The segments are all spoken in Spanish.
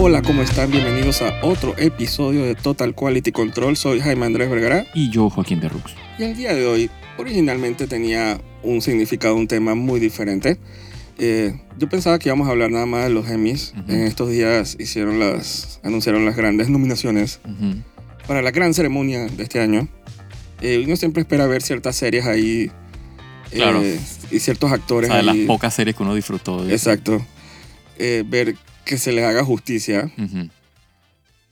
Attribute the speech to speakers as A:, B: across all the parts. A: Hola, ¿cómo están? Bienvenidos a otro episodio de Total Quality Control. Soy Jaime Andrés Vergara.
B: Y yo, Joaquín de Rux.
A: Y el día de hoy, originalmente tenía un significado, un tema muy diferente. Eh, yo pensaba que íbamos a hablar nada más de los Emmys.
B: Ujú.
A: En estos días hicieron las, anunciaron las grandes nominaciones
B: Ujú.
A: para la gran ceremonia de este año. Eh, uno siempre espera ver ciertas series ahí eh,
B: Claro.
A: y ciertos
B: O
A: actores
B: sea, de las
A: ahí.
B: pocas series que uno disfrutó. De
A: Exacto. Eh, ver que se les haga justicia.
B: Ujú. Sí,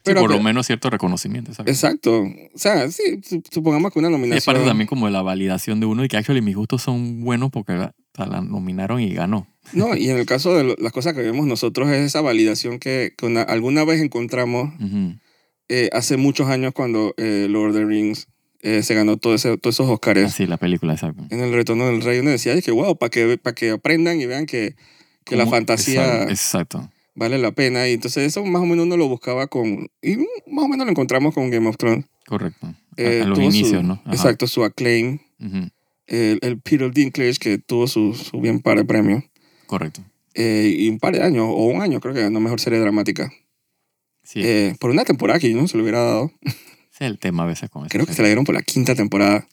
A: Pero
B: por
A: que-
B: lo menos cierto reconocimiento. exacto.
A: Exacto. O sea, sí, su- supongamos que una
B: Y
A: nominación.
B: es parte también como de la validación de uno y que actually mis gustos son buenos porque la, o sea, la nominaron y ganó.
A: No, y en el caso de lo- las cosas que vemos nosotros es esa validación que, que una- alguna vez encontramos
B: Ujú.
A: eh, hace muchos años cuando eh, Lord of the Rings eh, se ganó todo ese- todos esos Oscars.
B: Así, la película, exacto.
A: En el retorno del rey uno decía, es que wow, para que, para que aprendan y vean que, que la
B: Como-
A: fantasía
B: Exacto. exacto.
A: vale la pena. Y entonces eso más o menos uno lo buscaba con... Y más o menos lo encontramos con Game of Thrones.
B: Correcto. A-
A: Eh,
B: a, los
A: tuvo su-
B: inicios, ¿no? Ajá.
A: Exacto, su acclaim.
B: Ujú.
A: El, el Peter Dinklage que tuvo su, su bien par de premios.
B: Correcto.
A: eh, y un par de años, o un año creo que ganó Mejor Serie Dramática.
B: Sí.
A: Eh, por una temporada que yo no se lo hubiera dado.
B: Ese es el tema a veces con eso.
A: Creo que se la dieron por la quinta temporada.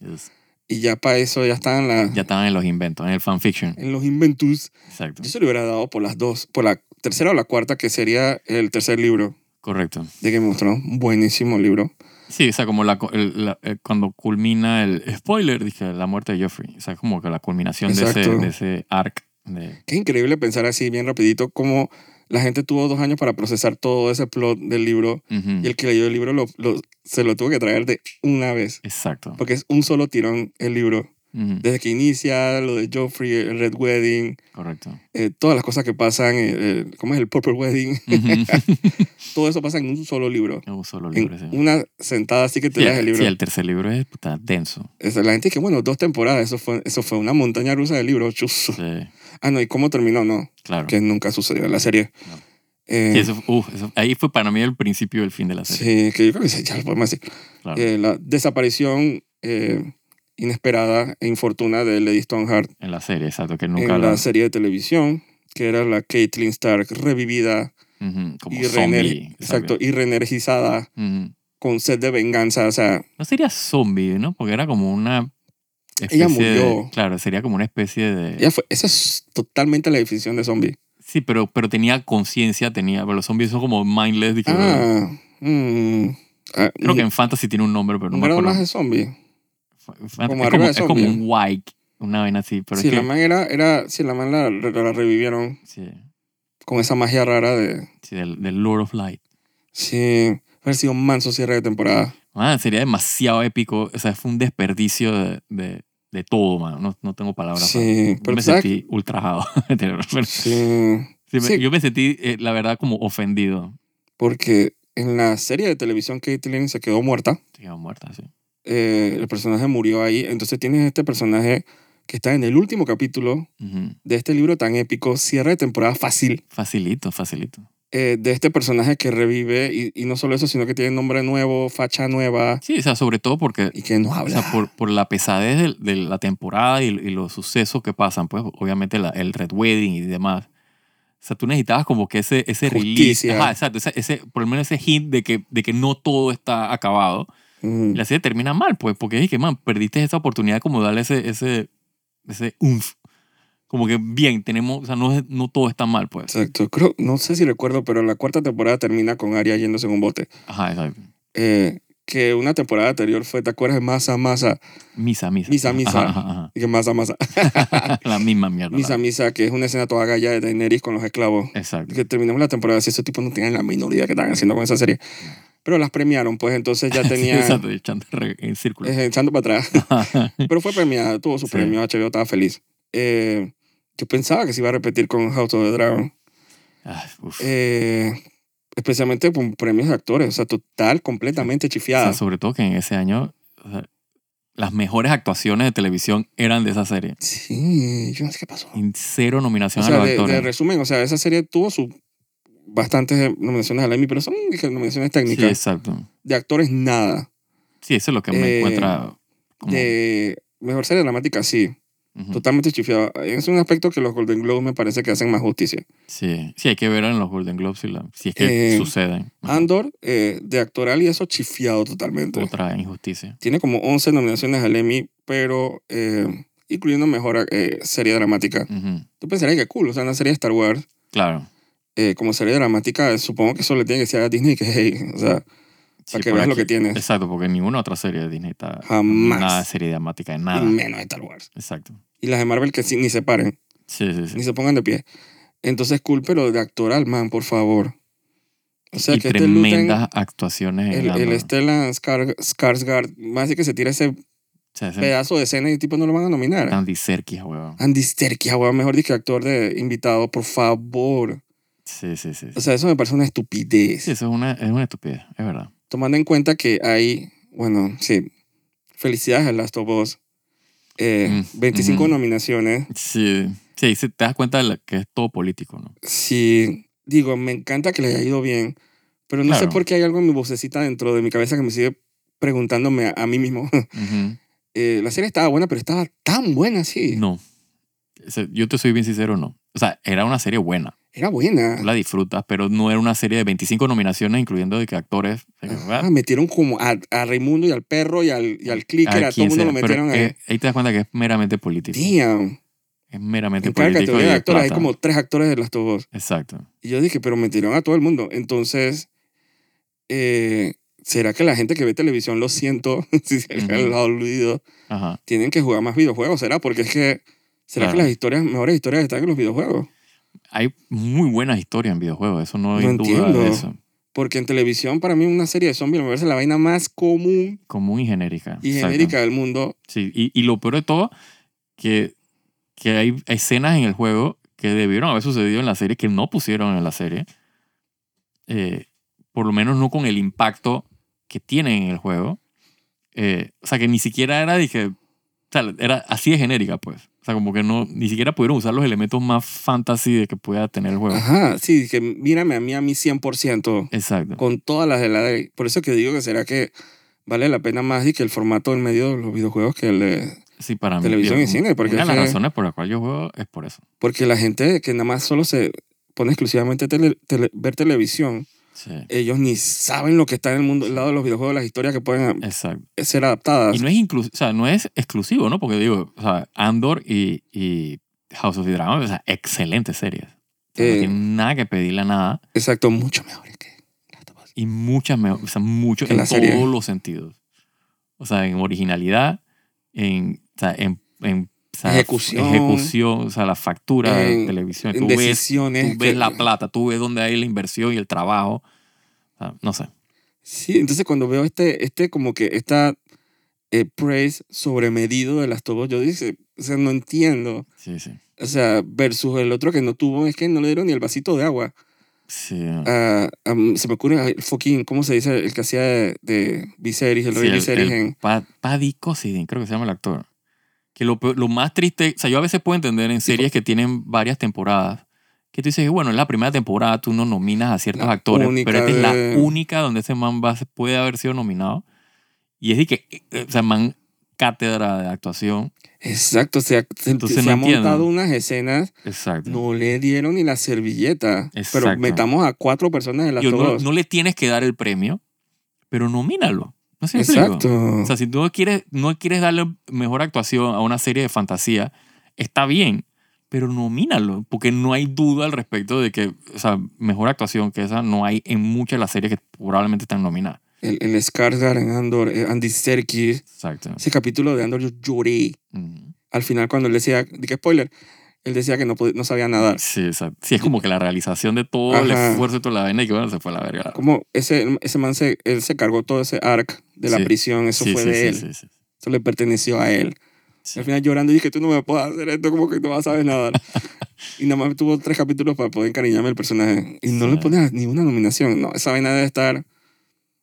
A: Y ya para eso ya estaban las,
B: Ya estaban en los inventos, en el fanfiction.
A: en los inventus.
B: Exacto.
A: Eh, Yo se lo hubiera dado por las dos, por la tercera o la cuarta, que sería el tercer libro
B: Correcto.
A: de Game of Thrones. Un Buenísimo libro.
B: Sí, o sea, como la, co- el- la- eh, cuando culmina el spoiler, dije, la muerte de Joffrey. O sea, como que la culminación de ese,
A: Exacto.
B: de ese arc. De,
A: Qué increíble pensar así bien rapidito cómo la gente tuvo dos años para procesar todo ese plot del libro.
B: Ujú.
A: Y el que leyó el libro lo- lo- se lo tuvo que traer de una vez.
B: Exacto.
A: Porque es un solo tirón el libro.
B: Ujú.
A: desde que inicia lo de Joffrey, el Red Wedding,
B: Correcto.
A: eh, todas las cosas que pasan, eh, eh, ¿cómo es el Purple Wedding?
B: Ujú.
A: Todo eso pasa en un solo libro.
B: Un solo
A: En
B: libro. sí.
A: una sentada así que te
B: Sí,
A: leas el libro.
B: sí, el tercer libro es puta, denso.
A: Esa- La gente que, bueno, dos temporadas, eso fue, eso fue una montaña rusa de libros. Chus.
B: Sí,
A: Ah, no, ¿y cómo terminó? No,
B: claro.
A: que nunca sucedió en la serie.
B: No.
A: Eh,
B: Sí, eso, uf, eso- ahí fue para mí el principio del fin de la
A: sí,
B: serie.
A: que yo creo que sí, ya lo podemos decir.
B: Claro.
A: Eh, la desaparición eh, inesperada e infortuna de Lady Stoneheart
B: en la serie, exacto, que nunca
A: en
B: la-
A: la serie de televisión, que era la Caitlyn Stark revivida
B: Ujú, como
A: y
B: zombie.
A: exacto, y reenergizada
B: Ujú.
A: con sed de venganza, o sea,
B: No sería zombie, ¿no? Porque era como una.
A: Ella
B: especie de-
A: murió.
B: claro, sería como una especie de.
A: ella fue, esa es totalmente la definición de zombie.
B: Sí, pero, pero tenía conciencia, tenía. Pero los zombies son como mindless. dije,
A: Ah, mm, ah,
B: creo
A: un-
B: que en fantasy tiene un nombre, pero no
A: un
B: me
A: grado
B: acuerdo.
A: más de zombie.
B: Fa- fant-
A: como
B: es,
A: arriba
B: como,
A: de
B: es como
A: zombie.
B: un wike, una vaina así. Pero
A: sí,
B: es que,
A: la man era, era, sí, la man la, la- la revivieron
B: sí,
A: con esa magia rara de,
B: sí, del, del Lord of Light.
A: sí, haber sido un manso cierre de temporada.
B: Ah, sería demasiado épico. O sea, fue un desperdicio de, de, de todo, mano. No, no tengo palabras.
A: Sí, pero
B: para- yo me
A: ¿sabes
B: sentí ultrajado. Pero-
A: Sí,
B: sí, me-
A: Sí.
B: Yo me sentí, eh, la verdad, como ofendido.
A: porque en la serie de televisión Caitlyn se quedó muerta.
B: Se quedó muerta, sí.
A: eh, el personaje murió ahí. Entonces tienes este personaje que está en el último capítulo
B: Ujú.
A: de este libro tan épico, cierre de temporada fácil,
B: Facilito, facilito.
A: eh, de este personaje que revive y, y no solo eso, sino que tiene nombre nuevo, facha nueva
B: Sí, o sea, sobre todo porque
A: y que no
B: O
A: habla.
B: sea, por, por la pesadez del- de, la temporada y, y los sucesos que pasan, pues obviamente la- el Red Wedding y demás. O sea, tú necesitabas como que ese, ese release.
A: Justicia.
B: Ajá, exacto. ese- ese- por lo menos ese hint de que, de que no todo está acabado.
A: Mm,
B: Y la serie termina mal, pues, porque es que, man, perdiste esa oportunidad como de darle ese, ese, ese umf. Como que bien, tenemos, o sea, no, es- no todo está mal, pues.
A: Exacto. Creo, no sé si recuerdo, pero la cuarta temporada termina con Arya yéndose en un bote.
B: Ajá, exacto.
A: Eh, que una temporada anterior fue, ¿te acuerdas de Masa Masa?
B: Misa, misa.
A: Misa, misa.
B: Ajá, ajá,
A: Y que Masa Masa.
B: ajá. la misma mierda.
A: Misa Misa, que es una escena toda galla de Daenerys con los esclavos.
B: Exacto.
A: que terminamos la temporada si esos tipos no tenían la minoría que estaban haciendo con esa serie. Pero las premiaron, pues entonces ya
B: Mm. Sí,
A: tenía
B: exacto, echando re- en círculo.
A: eh, echando para atrás. Pero fue premiada, tuvo su
B: Sí.
A: premio, HBO estaba feliz. Eh, yo pensaba que se iba a repetir con House of the Dragon,
B: Ah, uf.
A: Eh, especialmente con premios de actores, o sea, total, completamente
B: O sea,
A: chifiada.
B: sobre todo que en ese año o sea, las mejores actuaciones de televisión eran de esa serie.
A: Sí, yo no sé qué pasó.
B: Y cero
A: O
B: nominación
A: sea,
B: a eh. los
A: de, de
B: actores.
A: resumen, o sea, esa serie tuvo su bastantes nominaciones al Emmy, pero son dije, nominaciones
B: sí,
A: técnicas.
B: exacto.
A: De actores, nada.
B: Sí, eso es lo que me
A: Eh,
B: encuentra como
A: De mejor serie dramática, sí.
B: Ujú.
A: Totalmente chifiado. Es un aspecto que los Golden Globes me parece que hacen más justicia.
B: Sí, sí, hay que ver en los Golden Globes si, la- si es que
A: Eh,
B: suceden. Ajá.
A: Andor, eh, de actoral y eso, chifiado totalmente.
B: Otra injusticia.
A: Tiene como 11 nominaciones al Emmy, pero eh, incluyendo mejor eh, serie dramática.
B: Ujú,
A: Tú pensarías que cool, o sea, una serie de Star Wars
B: Claro.
A: eh, como serie dramática, supongo que eso le tiene que decir a Disney que, hey, o sea,
B: Sí,
A: para que
B: por
A: veas lo
B: aquí-
A: que tienes.
B: Exacto, porque ninguna otra serie de Disney está.
A: Jamás.
B: Nada de serie dramática, nada.
A: Y menos de Star Wars.
B: Exacto.
A: Y las de Marvel que sí, ni se paren,
B: Sí, sí, sí.
A: ni se pongan de pie. Entonces, cool, pero de actoral, man, por favor. O sea,
B: y
A: que este Luten,
B: tremendas actuaciones
A: el,
B: en
A: el este Stellan
B: Andor.
A: Skar- Skarsgård, más de que se tira ese
B: O sea, ese
A: pedazo de escena y tipo no lo van a nominar.
B: Andy Serkis, huevón.
A: Andy Serkis, weón, mejor disque actor de invitado, por favor.
B: Sí, sí, sí. sí.
A: O sea, eso me parece una estupidez.
B: Sí, eso es una, es una estupidez, es verdad.
A: Tomando en cuenta que hay, bueno, sí, felicidades a Last of Us. Eh,
B: Mm,
A: 25
B: ujú.
A: nominaciones.
B: Sí, sí, ahí se- te das cuenta de la- que es todo político, ¿no?
A: Sí, digo, me encanta que le haya ido bien, pero no sé
B: Claro.
A: por qué hay algo en mi vocecita dentro de mi cabeza que me sigue preguntándome a, a mí mismo.
B: Ujú.
A: Eh, la serie estaba buena, pero estaba tan buena, sí.
B: No. O sea, Yo te soy bien sincero, no. O sea, era una serie buena,
A: Era buena.
B: la disfrutas, pero no era una serie de 25 nominaciones, incluyendo de que actores. de que,
A: Ajá,
B: ah,
A: metieron como a, a Raimundo y al perro y al, y al
B: a
A: clicker, a, todo
B: quien
A: el mundo
B: sea,
A: lo
B: pero eh,
A: metieron ahí.
B: es- ahí te das cuenta que es meramente político.
A: Damn.
B: Es meramente
A: En cada
B: político. Y
A: categoría de
B: de
A: actores hay
B: plata.
A: como tres actores de las dos.
B: Exacto.
A: Y yo dije, pero metieron a todo el mundo. Entonces, eh, ¿será que la gente que ve televisión, lo siento, si se les ha
B: Ujú.
A: olvidado,
B: Ajá.
A: tienen que jugar más videojuegos? ¿Será? Porque es que, ¿será que
B: Claro.
A: las historias, mejores historias están en los videojuegos?
B: Hay muy buenas historias en videojuegos, eso no hay
A: No
B: duda
A: entiendo.
B: de eso.
A: Porque en televisión, para mí, una serie de zombies me parece la vaina más común
B: Común y genérica.
A: y
B: Exacto.
A: genérica del mundo.
B: Sí, y, y lo peor de todo, que, que hay escenas en el juego que debieron haber sucedido en la serie que no pusieron en la serie. Eh, por lo menos no con el impacto que tienen en el juego. Eh, o sea, que ni siquiera era, dije, o sea, era así de genérica, pues. O sea, como que no, ni siquiera pudieron usar los elementos más fantasy de que pueda tener el juego.
A: Ajá, sí, dije, mírame a mí a mí 100%.
B: Exacto.
A: con todas las de la ley. Por eso que digo que será que vale la pena más y que el formato en medio de los videojuegos que el de-
B: Sí, para mí.
A: Televisión
B: yo-
A: y cine, porque
B: Una de las
A: ese-
B: razones por las cuales yo juego es por eso.
A: Porque la gente que nada más solo se pone exclusivamente tele- tele- ver televisión,
B: Sí,
A: ellos ni saben lo que está en el mundo, al lado de los videojuegos, las historias que pueden ah,
B: exacto.
A: ser adaptadas.
B: Y no es, inclu- o sea, no es exclusivo, ¿no? Porque digo, o sea, Andor y, y House of the Dragon, o sea, excelentes series. O sea,
A: Eh.
B: no tienen nada que pedirle a nada
A: Exacto, mucho mejor que Last of Us.
B: y muchas, me- o sea, mucho
A: Que
B: en
A: la serie.
B: todos los sentidos. O sea, en originalidad, en, o sea, en, en- o sea,
A: Ejecución.
B: ejecución, o sea, la factura
A: En-
B: de televisión.
A: En
B: Tú ves,
A: decisiones.
B: tú ves
A: que-
B: la plata, tú ves dónde hay la inversión y el trabajo. O sea, no sé.
A: Sí, entonces cuando veo este, este como que esta eh, praise sobremedido de las tobos, yo dice, o sea, no entiendo.
B: Sí, sí.
A: O sea, versus el otro que no tuvo, es que no le dieron ni el vasito de agua.
B: Sí,
A: Ah, am, se me ocurre el fucking, ¿cómo se dice? El que hacía de, de Viserys, el
B: Sí,
A: rey
B: el-
A: Viserys
B: el
A: en...
B: Pa- Paddy Cosidin, creo que se llama el actor. Que lo, peor- lo más triste, o sea, yo a veces puedo entender en series que tienen varias temporadas, que tú dices, bueno, en la primera temporada tú no nominas a ciertos
A: La
B: actores,
A: única
B: pero esta es
A: de-
B: la única donde ese man va, a- puede haber sido nominado. Y es de que, eh, eh, o sea, man, cátedra de actuación.
A: Exacto, se ha, se-
B: Entonces
A: se
B: no
A: ha
B: entiendo.
A: montado unas escenas,
B: Exacto.
A: no le dieron ni la servilleta. Pero
B: Exacto.
A: metamos a cuatro personas en las
B: Yo, no,
A: dos.
B: no le tienes que dar el premio, pero nomínalo. No sé si me explico?
A: Exacto.
B: O sea, si tú no quieres, no quieres darle mejor actuación a una serie de fantasía, está bien, pero nomínalo, porque no hay duda al respecto de que, o sea, mejor actuación que esa no hay en muchas de las series que probablemente están nominadas.
A: El, el Skarsgård en Andor, eh, Andy
B: Ah.
A: Serkis.
B: Exacto.
A: Ese capítulo de Andor yo lloré.
B: Mm.
A: Al final cuando él decía, di que spoiler, él decía que no, pod- no sabía nadar.
B: Sí, exacto. Sí, es como que la realización de todo el
A: Ajá.
B: esfuerzo y toda la vaina y que bueno, se fue a la verga.
A: Como ese, ese man se, él se cargó todo ese arc de la
B: Sí.
A: prisión, eso
B: sí,
A: fue
B: sí,
A: de
B: sí,
A: él,
B: sí, sí,
A: eso le perteneció a él. Y
B: sí.
A: Al final llorando dije, tú no me puedes hacer esto, como que no vas a saber nadar. y nada más tuvo tres capítulos para poder encariñarme el personaje. Y no
B: Sí.
A: le pones ni una nominación, no, esa vaina debe estar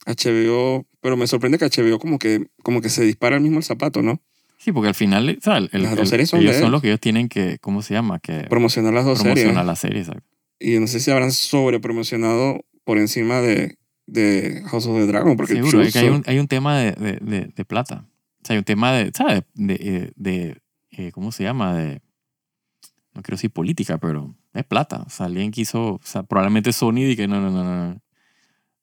A: HBO, pero me sorprende que HBO como que, como que se dispara el mismo el zapato, ¿no?
B: Sí, porque al final, o sea, el-
A: Las dos
B: el-
A: series son
B: ellos
A: de
B: son
A: él. ¿eh?
B: los que ellos tienen que, ¿cómo se llama? Que
A: Promocionar las dos
B: promocionar
A: series.
B: la serie, exacto.
A: Y no sé si habrán sobrepromocionado por encima de, de House of the Dragon, porque
B: Seguro,
A: yo
B: es que hay
A: soy-
B: un, hay un tema de, de, de- de plata. O sea, hay un tema de, ¿sabes? De, eh, de, eh, ¿cómo se llama? De, no quiero decir política, pero es plata. O sea, alguien quiso, o sea, probablemente Sony y que no, no, no, no.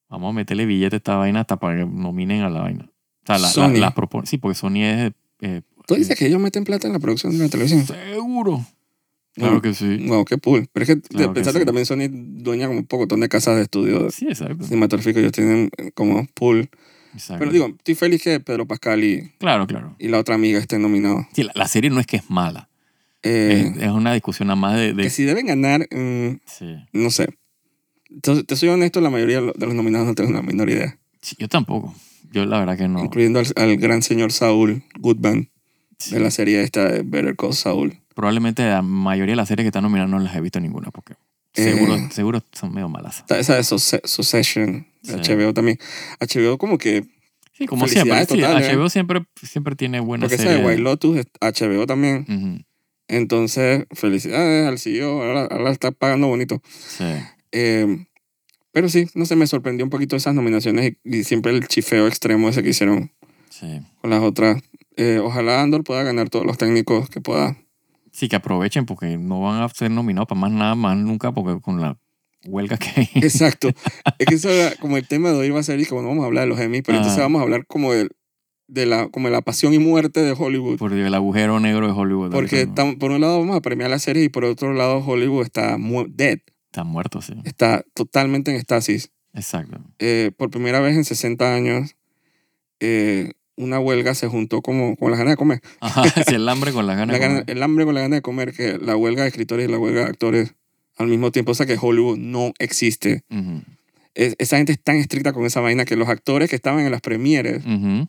B: Vamos a meterle billete a esta vaina hasta para que nominen a la vaina. O sea, la, la,
A: Sony.
B: la propon- Sí, porque Sony es... eh,
A: ¿Tú dices que ellos meten plata en la producción de la televisión?
B: Seguro.
A: Mm.
B: Claro que sí.
A: Ah, Wow, qué cool. Pero es que
B: Claro que
A: pensaste
B: Ah, sí.
A: que también Sony dueña como un pocotón de casas de estudio
B: Sí, exacto.
A: cinematográfico. Ellos tienen eh, como pool.
B: exacto.
A: Pero digo, estoy feliz que Pedro Pascal y,
B: Claro, claro.
A: y la otra amiga estén nominados.
B: Sí, la, la serie no es que es mala.
A: Eh,
B: Es, es una discusión nada más de... de-
A: Que si deben ganar, mm,
B: sí.
A: no sé. Entonces, te soy honesto, la mayoría de los nominados no tengo la menor idea.
B: Sí, Yo tampoco. Yo la verdad que no.
A: Incluyendo al, al gran señor Saul Goodman
B: Sí.
A: de la serie esta de Better Call Saul.
B: Probablemente la mayoría de las series que están nominadas no las he visto ninguna porque
A: Eh.
B: seguro, seguro son medio malas.
A: Está esa de Succe- Succession, de
B: Sí.
A: HBO también. HBO como que...
B: Sí, como siempre.
A: Felicidades
B: Sí,
A: totales.
B: HBO siempre, siempre tiene buenas
A: Porque esa de
B: series.
A: White Lotus, es HBO también.
B: Ujú,
A: Entonces, felicidades al CEO, ahora, ahora está pagando bonito.
B: sí.
A: Eh, pero sí, no sé, me sorprendió un poquito esas nominaciones y, y siempre el chifeo extremo ese que hicieron
B: Sí.
A: con las otras. Eh, ojalá Andor pueda ganar todos los técnicos que pueda.
B: Sí, que aprovechen porque no van a ser nominados para más nada más nunca porque con la huelga que hay.
A: Exacto. es que eso era como el tema de hoy va a ser y que bueno, vamos a hablar de los Emmy, pero
B: Ajá.
A: entonces vamos a hablar como de, de la, como de la pasión y muerte de Hollywood.
B: Por el agujero negro de Hollywood.
A: Porque
B: ahorita, ¿no?
A: tam- por un lado vamos a premiar la serie y por otro lado Hollywood está mu- dead,
B: Están muertos, sí.
A: está totalmente en estasis.
B: Exacto.
A: eh, por primera vez en 60 años, eh, una huelga se juntó como, con las ganas de comer.
B: Ajá, sí, el hambre con las
A: La
B: ganas. de
A: gana-
B: comer.
A: el hambre con la gana de comer, que la huelga de escritores y la huelga de actores al mismo tiempo. O sea que Hollywood no existe.
B: Ujú,
A: Es- esa gente es tan estricta con esa vaina que los actores que estaban en las premieres,
B: ujú.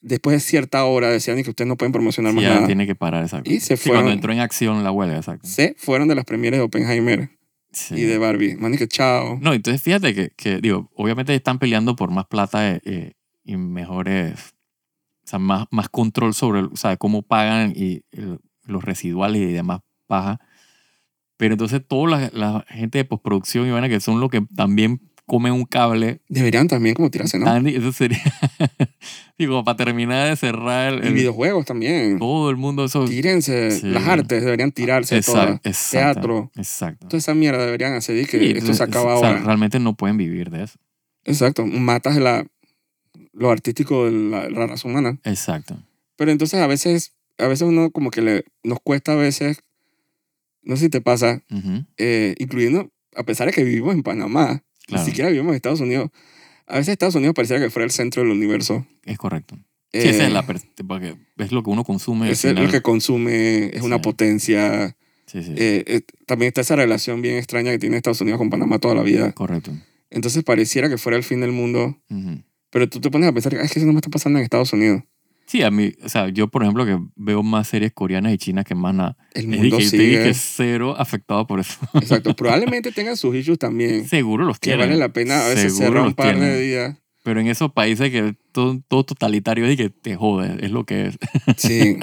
A: después de cierta hora, decían "Y que ustedes no pueden promocionar
B: Sí,
A: más
B: ya
A: nada.
B: tiene que parar, exacto.
A: Y se
B: Sí, cuando
A: fueron.
B: entró en acción la huelga, exacto.
A: Se fueron de las premieres de Oppenheimer
B: Sí.
A: y de Barbie. Man, y que chao.
B: No, entonces fíjate que, que, digo, obviamente están peleando por más plata eh, eh, y mejores, o sea, más, más control sobre, o sea, cómo pagan y eh, los residuales y demás paja. Pero entonces toda la, la gente de postproducción y vaina que son los que también comen un cable,
A: Deberían también como tirarse, ¿no?
B: Andy, eso sería, digo, para terminar de cerrar el-
A: Y videojuegos también.
B: todo el mundo, eso
A: Tírense.
B: Sí.
A: Las artes deberían tirarse todas.
B: exacto, exacto,
A: Teatro.
B: exacto.
A: Toda esa mierda deberían hacer y que
B: Sí,
A: esto se
B: entonces,
A: acaba
B: o sea,
A: ahora.
B: realmente no pueden vivir de eso.
A: Exacto, matas la, lo artístico de la, la raza humana.
B: Exacto.
A: Pero entonces a veces, a veces uno como que le, nos cuesta a veces, no sé si te pasa,
B: Ujú,
A: eh, incluyendo, a pesar de que vivimos en Panamá,
B: claro,
A: ni siquiera vivimos en Estados Unidos, a veces Estados Unidos pareciera que fuera el centro del universo.
B: es correcto. Sí, esa
A: Eh,
B: es la per- porque es lo que uno consume. al
A: ese es lo
B: final.
A: que consume, es una
B: Sí.
A: potencia.
B: Sí, sí,
A: Eh, eh, también está esa relación bien extraña que tiene Estados Unidos con Panamá toda la vida.
B: correcto.
A: Entonces pareciera que fuera el fin del mundo.
B: Ujú.
A: Pero tú te pones a pensar, "Ay, es que eso no me está pasando en Estados Unidos.
B: Sí, a mí, o sea, yo por ejemplo que veo más series coreanas y chinas que más nada.
A: El
B: Y
A: mundo
B: que,
A: sigue.
B: que cero afectado por eso.
A: Exacto. Probablemente tengan sus issues también.
B: Seguro los
A: Que
B: tienen.
A: vale la pena a veces
B: Seguro
A: cerrar un
B: los
A: par
B: tienen.
A: de días.
B: Pero en esos países que todo, todo totalitario es y que te jode, es lo que es.
A: Sí.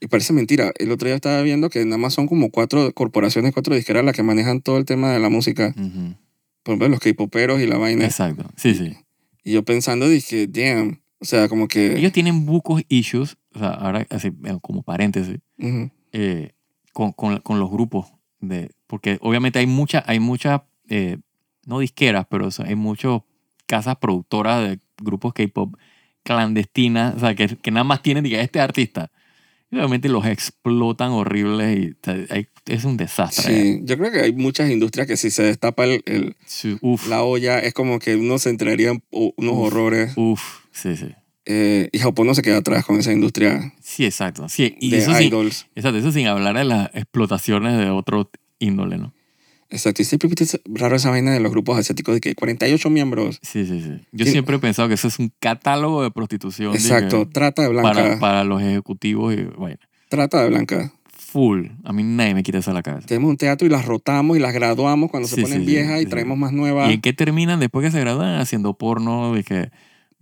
A: Y parece mentira. El otro día estaba viendo que nada más son como cuatro corporaciones, cuatro disqueras las que manejan todo el tema de la música.
B: Ujú.
A: Por ejemplo, los K-poperos y la vaina.
B: Exacto. Sí, sí.
A: Eh. Y yo pensando dije, damn. O sea, como que...
B: Ellos tienen bucos issues, o sea, ahora así, eh, como paréntesis,
A: Ujú.
B: eh, con, con- con los grupos. De, porque obviamente hay muchas, hay muchas eh, no disqueras, pero son- hay muchas casas productoras de grupos K-pop clandestinas, o sea, que, que nada más tienen, diga, este artista. Y obviamente los explotan horribles y o sea, hay- es un desastre.
A: Sí, yo creo que hay muchas industrias que si se destapa el, el-
B: Sí, Uf,
A: la olla es como que uno se entraría en o- unos
B: Uf.
A: horrores.
B: uf, sí, sí.
A: Eh, y Japón no se queda atrás con esa industria
B: Sí, exacto. Sí, y
A: de
B: eso sin,
A: idols.
B: exacto, eso sin hablar de las explotaciones de otro índole, ¿no?
A: Exacto, y siempre es raro esa vaina de los grupos asiáticos de que 48 miembros.
B: Sí, sí, sí. Yo
A: Tiene-
B: siempre he pensado que eso es un catálogo de prostitución. dije,
A: Exacto, trata de blanca,
B: para, para los ejecutivos y bueno,
A: trata de blanca.
B: full. A mí nadie me quita eso de la cabeza.
A: Tenemos un teatro y las rotamos y las graduamos cuando
B: Sí,
A: se ponen
B: sí, sí,
A: viejas y
B: sí.
A: traemos más
B: ¿Y
A: nuevas.
B: en qué terminan después que se gradúan haciendo porno? Dije,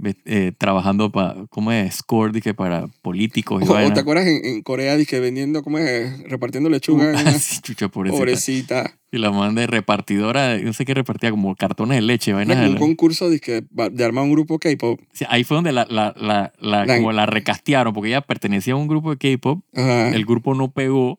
B: ve- eh, trabajando para, ¿cómo es? Score, dije, para políticos y
A: O, o
B: vainas.
A: Oh, te acuerdas en, en Corea, dije, vendiendo, ¿cómo es? Repartiendo lechuga. en
B: Ah,
A: una-
B: sí, chucha, pobrecita.
A: Pobrecita.
B: Y la manda de repartidora, de- no sé qué repartía, como cartones de leche, vainas.
A: Era
B: de
A: como un
B: la-
A: concurso dizque, ba- de armar un grupo K-pop.
B: Sí, ahí fue donde la, la, la, la-
A: La-
B: como la recastearon, porque ella pertenecía a un grupo de K-pop,
A: Ajá.
B: el grupo no pegó,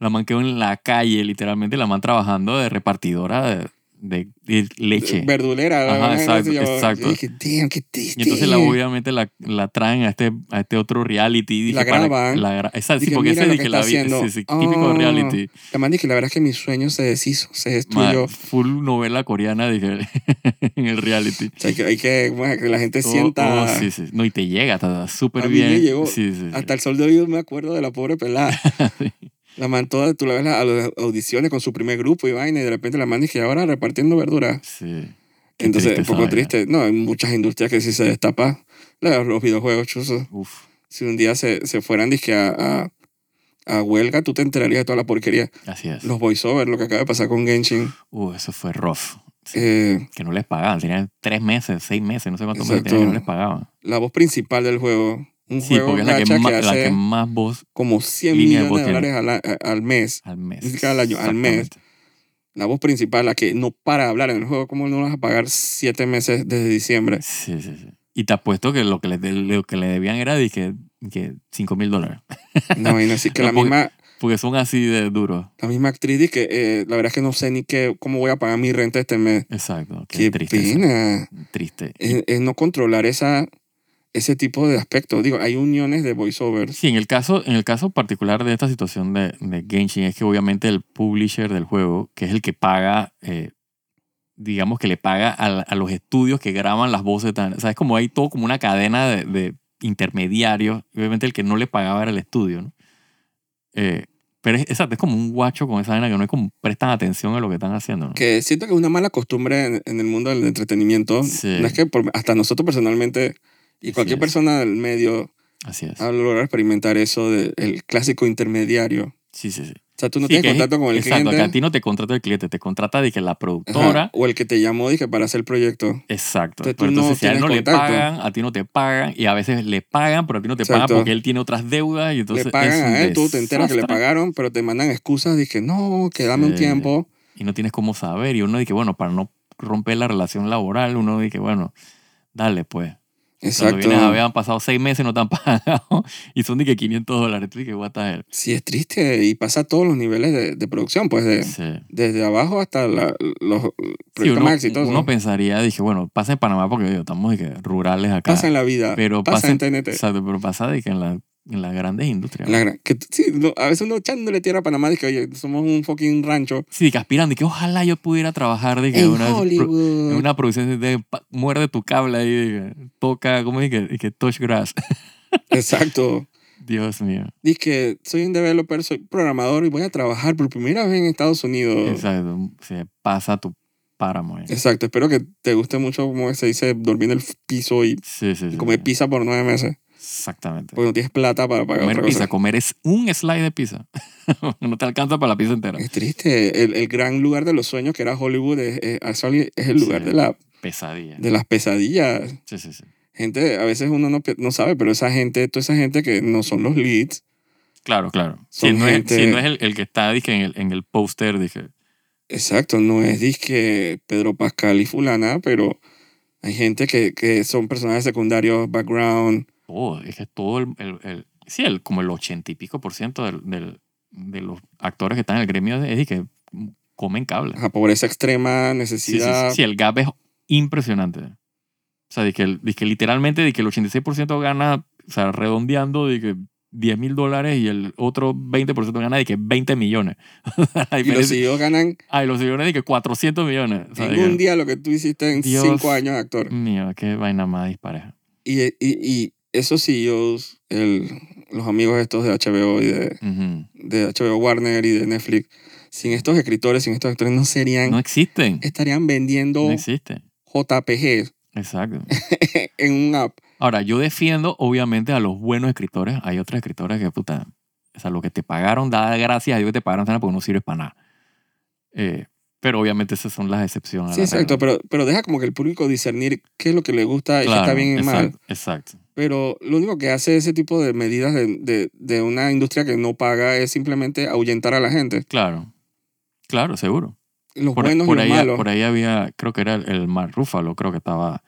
B: la man quedó en la calle, literalmente, la man trabajando de repartidora de, de- de leche.
A: Verdulera. la
B: Ajá,
A: vaina
B: exacto,
A: se llamaba.
B: exacto.
A: Yo dije, damn, qué triste.
B: Y entonces la, obviamente la, la traen a este, a este otro reality. dije,
A: La
B: para-
A: graban.
B: la gra- Exacto, sí,
A: Dije,
B: porque
A: mira
B: ese
A: lo
B: es
A: que
B: que
A: está
B: la vi-
A: haciendo.
B: sí, sí, típico
A: Ah,
B: reality.
A: La man dije, la verdad es que mi sueño se deshizo, se
B: Ma,
A: destruyó.
B: full novela coreana, dije, en el reality.
A: O sea, hay que, hay que, bueno, que la gente
B: Todo-
A: sienta...
B: todo, Oh, sí, sí. No, y te llega, está
A: A
B: súper
A: mí me
B: bien.
A: llegó
B: Sí, sí, sí.
A: Hasta el sol de hoy yo me acuerdo de la pobre pelada. La man toda, tú la ves la- a las audiciones con su primer grupo y vaina, y de repente la man dije, ahora repartiendo verduras.
B: Sí. Qué
A: Entonces, un
B: triste esa
A: poco
B: vaina.
A: triste. No, hay muchas industrias que sí se destapan. La- Los videojuegos, chuzo.
B: Uf,
A: Si un día se, se fueran dizque, a, a, a huelga, tú te enterarías de toda la porquería.
B: así es.
A: Los voiceovers, lo que acaba de pasar con Genshin.
B: Uh, eso fue rough. Sí.
A: Eh,
B: Que no les pagaban. Tenían tres meses, seis meses, no sé cuántos meses
A: Exacto.
B: tenían que no les pagaban.
A: la voz principal del juego. Un
B: Sí,
A: juego
B: porque es la que,
A: gacha que,
B: ma- la
A: hace
B: que más voz
A: como 100
B: línea de
A: millones de
B: voz
A: dólares al, a- al mes.
B: al mes.
A: Ni siquiera al año, al mes.
B: Exactamente.
A: La voz principal, la que no para de hablar en el juego, ¿cómo no vas a pagar siete meses desde diciembre?
B: Sí, sí, sí. Y te apuesto que lo que le, lo que le debían era de que, que 5 mil dólares.
A: No, y así que
B: No,
A: la
B: porque-
A: misma,
B: Porque son así de duros.
A: la misma actriz dice que eh, la verdad es que no sé ni qué, cómo voy a pagar mi renta este mes.
B: Exacto. Qué,
A: Qué,
B: triste. eso.
A: pena.
B: Triste. Y-
A: Es, es no controlar esa, ese tipo de aspectos. Digo, hay uniones de voiceovers.
B: Sí, en el caso, en el caso particular de esta situación de, de Genshin es que obviamente el publisher del juego, que es el que paga, eh, digamos que le paga a, a los estudios que graban las voces, tan, o sea, es como hay todo como una cadena de, de intermediarios, y obviamente el que no le pagaba era el estudio, ¿no? Eh, pero es, exacto, es como un guacho con esa vaina que no es como prestan atención a lo que están haciendo, ¿no?
A: Que siento que es una mala costumbre en, en el mundo del entretenimiento.
B: Sí.
A: No es que por- hasta nosotros personalmente y
B: Así
A: cualquier
B: es.
A: persona del medio
B: Así es.
A: ha logrado experimentar eso del clásico intermediario. O
B: Sí, sí, sí.
A: sea, tú no
B: Sí, que
A: tienes
B: es-
A: contacto con el
B: exacto, que a
A: cliente.
B: ti no te contrata el cliente, te contrata de que la
A: Ajá,
B: productora
A: o el que te llamó dije para hacer el proyecto.
B: Exacto.
A: Entonces, tú
B: pero
A: no
B: entonces si a él
A: tienes
B: no le
A: contacto.
B: pagan, a ti no te pagan y a veces le pagan, pero a ti no te
A: Exacto.
B: pagan porque él tiene otras deudas y entonces
A: le
B: es
A: pagan
B: un
A: a él, tú te enteras que le
B: desastre.
A: pagaron, pero te mandan excusas. Dije, no, que dame un
B: Sí.
A: tiempo.
B: Y no tienes cómo saber y uno dice, bueno, para no romper la relación laboral, uno dice, bueno, dale pues. Cuando
A: Exacto.
B: vienes a ver, han pasado seis meses no te han pagado y son de que 500 dólares. Tú dices, what the hell.
A: Sí, es triste y pasa a todos los niveles de, de producción, pues de,
B: Sí.
A: desde abajo hasta la- los
B: Sí,
A: proyectos
B: uno,
A: más exitosos.
B: uno pensaría, dije, bueno, pasa en Panamá porque digo, estamos de que, rurales acá.
A: pasa en la vida,
B: pero
A: pasa,
B: pasa
A: en TNT.
B: Exacto, pero pasa de que en, la- en las grandes industrias.
A: En la gran- que, sí, lo- a veces uno echándole tierra a Panamá, dije, oye, somos un fucking rancho.
B: Sí, que aspiran de que ojalá yo pudiera trabajar de que
A: En
B: una, pro- en
A: Hollywood.
B: una producción de pa- muerde tu cable ahí, de que toca, ¿cómo es que, de que touch grass?
A: Exacto.
B: Dios mío.
A: Dice que soy un developer, soy programador y voy a trabajar por primera vez en Estados Unidos.
B: Exacto. Se pasa tu páramo. ahí.
A: Exacto, espero que te guste mucho como se dice dormir en el piso y
B: Sí, sí, sí.
A: comer
B: sí.
A: pizza por nueve meses.
B: Exactamente.
A: Porque no tienes plata para pagar
B: Comer
A: otra
B: pizza,
A: cosa.
B: comer es un slide de pizza. no te alcanza para la pizza entera.
A: Es triste. El, el gran lugar de los sueños que era Hollywood es, es- actually es el
B: Sí.
A: lugar de, la,
B: Pesadilla.
A: de las pesadillas.
B: Sí, sí, sí.
A: Gente, a veces uno no, pi- no sabe, pero esa gente, toda esa gente que no son los leads,
B: Claro, claro.
A: Son
B: Si no, es,
A: gente-
B: si no es el, el que está dije, en el, en el póster, dije.
A: exacto, no es disque Pedro Pascal y fulana, pero hay gente que, que son personajes secundarios, background,
B: todo, es que todo el, el- el- sí, el, como el ochenta y pico por ciento del, del- de los actores que están en el gremio es de que comen cable.
A: ajá, pobreza extrema,
B: Sí, sí,
A: necesidad.
B: sí, sí, el gap es impresionante. O sea, de que, el- de que literalmente de que el 86% gana, o sea, redondeando de que 10 mil dólares y el otro 20% gana de que 20 millones. La
A: Y los
B: diferencia-
A: CEOs ganan
B: Ah, y los señores de que 400 millones. O sea, de
A: en un
B: que,
A: día lo que tú hiciste en
B: Dios.
A: cinco años de actor.
B: mío, qué vaina más dispareja.
A: Y, y, y esos CEOs, el, los amigos estos de HBO y de,
B: Ujú.
A: de HBO Warner y de Netflix, sin estos escritores, sin estos actores, no serían,
B: No existen.
A: estarían vendiendo
B: No existen.
A: JPGs
B: Exacto.
A: en un app.
B: Ahora, yo defiendo obviamente a los buenos escritores. Hay otros escritores que, puta, o sea, lo que te pagaron, da gracias a Dios que te pagaron, sana, porque no sirves para nada. Eh, Pero obviamente esas son las excepciones. a
A: Sí,
B: la
A: exacto,
B: regla.
A: pero, pero deja como que el público discernir qué es lo que le gusta y qué está
B: Claro,
A: bien y mal.
B: exacto, Exacto.
A: Pero lo único que hace ese tipo de medidas de, de, de una industria que no paga es simplemente ahuyentar a la gente.
B: Claro. Claro, seguro.
A: Los
B: Por,
A: buenos
B: por
A: y los
B: ahí,
A: malos.
B: por ahí había, creo que era el, el Mark Ruffalo, creo que estaba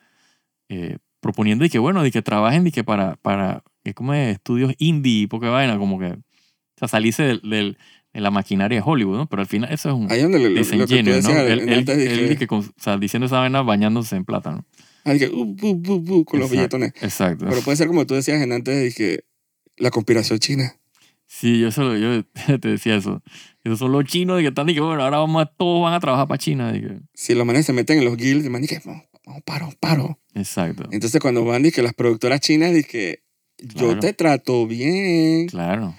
B: eh, proponiendo y que bueno, de que trabajen y que para, para eh, ¿cómo es? estudios indie y poca vaina, como que, o sea, salirse del, del- de la maquinaria de Hollywood, ¿no? Pero al final eso es un
A: Ahí donde lo, lo que tú
B: desengenio,
A: decías
B: ¿no? Él,
A: en
B: él-
A: antes de
B: él
A: que-
B: de que con- o sea, diciendo esa vaina bañándose en plátano.
A: ahí que, uh, bu, bu, bu, con los
B: Exacto.
A: billetones.
B: Exacto.
A: Pero pues puede ser como tú decías en antes de que la conspiración china.
B: Sí, yo, se lo- yo te decía eso. Esos son los chinos de que están y que bueno, ahora vamos a, todos van a trabajar para China. de que-
A: Si los manes se meten en los guilds, de que vamos, vamos, paro, paro.
B: exacto.
A: Entonces cuando van y que las productoras chinas y que yo
B: Claro.
A: te trato bien.
B: Claro.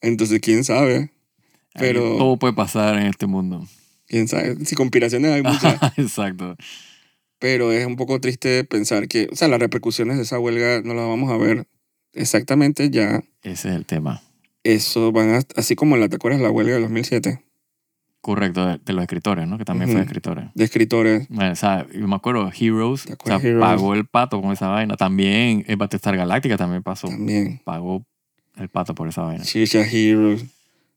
A: Entonces quién sabe,
B: Ahí
A: Pero-
B: todo puede pasar en este mundo.
A: quién sabe. Si conspiraciones hay muchas.
B: exacto.
A: pero es un poco triste pensar que, o sea, las repercusiones de esa huelga no las vamos a ver exactamente ya.
B: Ese es el tema.
A: Eso van a, así como la, ¿te acuerdas la huelga del 2007?
B: Correcto, de, de los escritores, ¿no? Que también
A: Ujú.
B: fue escritores.
A: De escritores.
B: Bueno, o sea, yo me acuerdo,
A: ¿Te
B: Heroes, o sea,
A: acuerdas Heroes?
B: pagó el pato con esa vaina. También, el Battlestar Galáctica también pasó.
A: También.
B: Pagó el pato por esa vaina.
A: Chicha Heroes.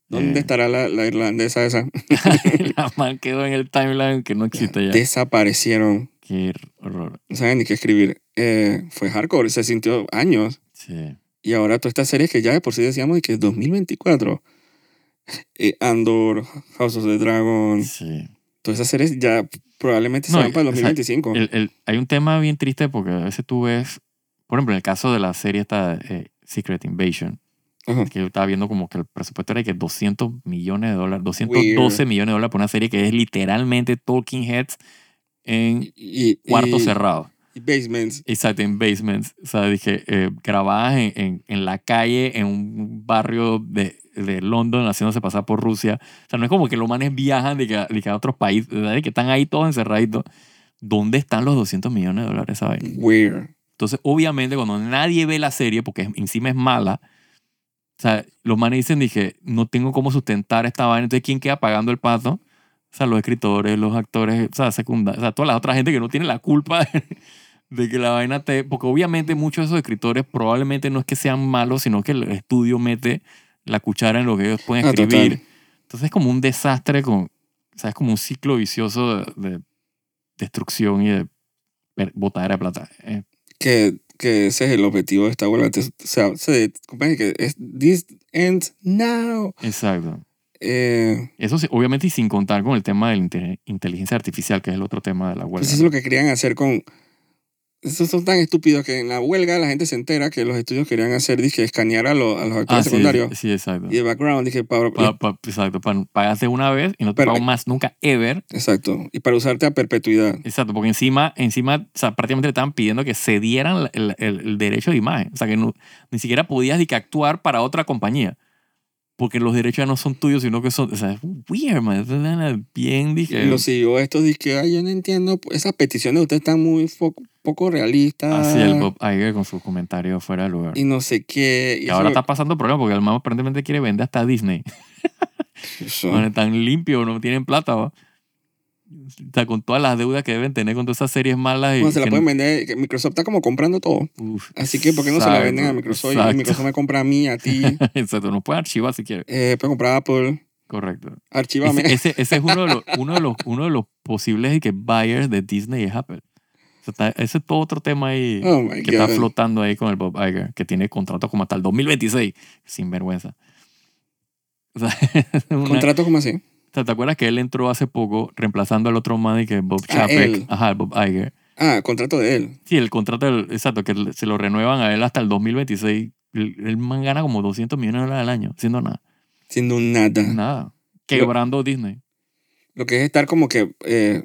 A: ¿Dónde
B: Eh.
A: estará la, la irlandesa esa?
B: La man quedó en el timeline que no existe ya.
A: Desaparecieron.
B: Qué horror.
A: No saben ni qué escribir. Eh, fue hardcore, se sintió años.
B: Sí.
A: Y ahora todas estas series que ya de por sí decíamos de que es 2024. Eh, Andor, House of the Dragon.
B: Sí.
A: Todas esas series ya probablemente se
B: No,
A: van para el
B: o sea,
A: 2025.
B: El- el- hay un tema bien triste porque a veces tú ves, por ejemplo, en el caso de la serie esta eh, Secret Invasion,
A: Ajá.
B: que yo estaba viendo como que el presupuesto era de que 200 millones de dólares, 212
A: Weird.
B: millones de dólares por una serie que es literalmente Talking Heads en
A: y,
B: cuarto
A: y-
B: cerrado.
A: y basements.
B: Exacto, en basements. O sea, dije, eh, grabadas en, en- en la calle, en un barrio de, de London, haciéndose pasar por Rusia. O sea, no es como que los manes viajan de que, a- de que a otros países, ¿verdad? De que están ahí todos encerraditos. ¿Dónde están los 200 millones de dólares esa vaina?
A: Weird.
B: Entonces, obviamente, cuando nadie ve la serie, porque es- encima es mala, o sea, los manes dicen, dije, no tengo cómo sustentar esta vaina. Entonces, ¿quién queda pagando el pato? O sea, los escritores, los actores, o sea, secundarios, o sea, toda la otra gente que no tiene la culpa de que la vaina te... Porque obviamente muchos de esos escritores probablemente no es que sean malos, sino que el estudio mete la cuchara en lo que ellos pueden
A: Ah,
B: escribir.
A: total.
B: Entonces es como un desastre, con, o sea, es como un ciclo vicioso de, de destrucción y de per- botadera de plata. Eh,
A: Que, que ese es el objetivo de esta huelga. Te- O sea, se, ¿cómo es que es this ends now.
B: exacto.
A: Eh,
B: Eso sí, obviamente y sin contar con el tema de la inte- inteligencia artificial, que es el otro tema de la huelga.
A: pues eso es lo que querían hacer con. Estos son tan estúpidos que en la huelga la gente se entera que los estudios querían hacer, dije, escanear a, los- a los actores
B: ah, sí,
A: secundarios
B: sí, exacto.
A: y el background, dije, para,
B: Pa- pa- exacto, pa- pagaste una vez y no te
A: Pero-
B: pago más nunca, ever.
A: exacto, y para usarte a perpetuidad.
B: Exacto, porque encima, encima o sea, prácticamente le estaban pidiendo que cedieran la- el, el- el derecho de imagen. O sea, que no- ni siquiera podías ni que actuar para otra compañía. Porque los derechos ya no son tuyos, sino que son... O sea, es weird, man. Es una vaina Bien, dije...
A: Y los siguió estos, dije, ay, yo no entiendo, pues, esas peticiones de ustedes están muy fo- poco realistas.
B: Así el Bob Iger con su comentario fuera de lugar.
A: y no sé qué. Y
B: Y
A: eso
B: ahora
A: lo-
B: está pasando problemas porque el man aparentemente quiere vender hasta Disney.
A: eso.
B: Bueno, están limpios, no tienen plata, ¿va? O sea, con todas las deudas que deben tener con todas esas series malas. Y
A: Bueno, se la
B: que-
A: pueden vender. que Microsoft está como comprando todo.
B: Uf,
A: Así que, ¿por qué no se la
B: exacto,
A: venden a Microsoft? Y
B: exacto,
A: Microsoft me compra a mí, a ti.
B: Exacto, nos pueden archivar si quieren.
A: eh, puedo comprar a Apple.
B: Correcto.
A: Archívame.
B: Ese, ese, ese es uno de los, uno de los, uno de los posibles que buyers de Disney es Apple. O sea, está- ese es todo otro tema ahí
A: oh my
B: que está
A: God.
B: flotando ahí con el Bob Iger, que tiene contrato como hasta el 2026. Sin vergüenza. O sea, es una-
A: ¿Contrato como así?
B: o sea, ¿Te acuerdas que él entró hace poco reemplazando al otro man y que Bob
A: Ah, él.
B: Chapek? Ajá, el Bob Iger.
A: Ah, contrato de él.
B: Sí, el contrato, del- exacto, que le- se lo renuevan a él hasta el 2026. El, el man gana como 200 millones de dólares al año, haciendo nada.
A: Siendo un nada.
B: Nada. Quebrando Disney.
A: Lo que es estar como que. eh,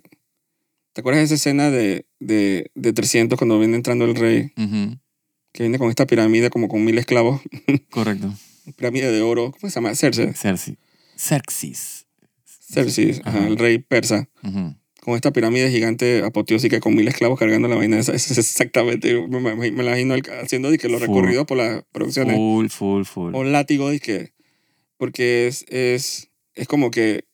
A: ¿Te acuerdas de esa escena de, de, de 300 cuando viene entrando el rey?
B: Ujú,
A: Que viene con esta pirámide como con mil esclavos.
B: Correcto.
A: Pirámide de oro. ¿Cómo se llama? Cersei.
B: Cersei. Xerxes.
A: Cersei. ajá,
B: Ajá.
A: el rey persa.
B: Ujú.
A: con esta pirámide gigante apoteósica con mil esclavos cargando la vaina. Esa es exactamente, yo me, me- me la imagino el- haciendo que los
B: Full.
A: recorridos por ¿eh? las producciones.
B: Full, full, full.
A: O látigo, que porque es, es, es como que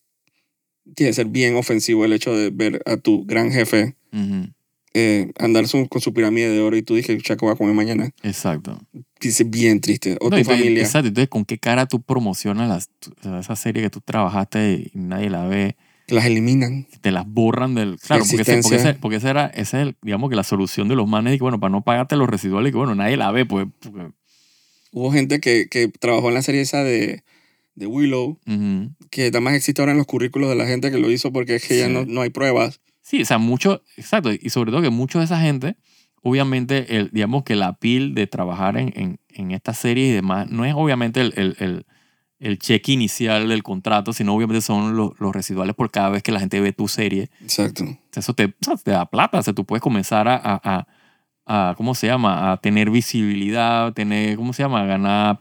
A: tiene que ser bien ofensivo el hecho de ver a tu gran jefe
B: Ujú,
A: eh, andar su- con su pirámide de oro y tú dices, chaco, va a comer mañana.
B: Exacto.
A: Dice, bien triste. O tu
B: No, y te-
A: familia.
B: Exacto. Entonces, ¿con qué cara tú promocionas las, tu- esa serie que tú trabajaste y nadie la ve?
A: que Las eliminan.
B: Te las borran del... Claro, porque, ese- porque,
A: existencia.
B: ese- porque esa era, esa es, el- digamos, que la solución de los manes. Y que, bueno, para no pagarte los residuales, y que, bueno, nadie la ve, pues... porque-
A: Hubo gente que, que trabajó en la serie esa de, de Willow,
B: ujú.
A: que nada más existe ahora en los currículos de la gente que lo hizo porque es que ya
B: Sí.
A: no, no hay pruebas.
B: Sí, o sea, mucho, exacto, y sobre todo que mucho de esa gente, obviamente, el, digamos que la pil de trabajar en, en, en esta serie y demás, no es obviamente el, el, el, el cheque inicial del contrato, sino obviamente son los, los residuales por cada vez que la gente ve tu serie.
A: Exacto.
B: O sea, eso te, te da plata, o sea, tú puedes comenzar a, a, a, a, ¿cómo se llama? A tener visibilidad, tener, ¿cómo se llama? A ganar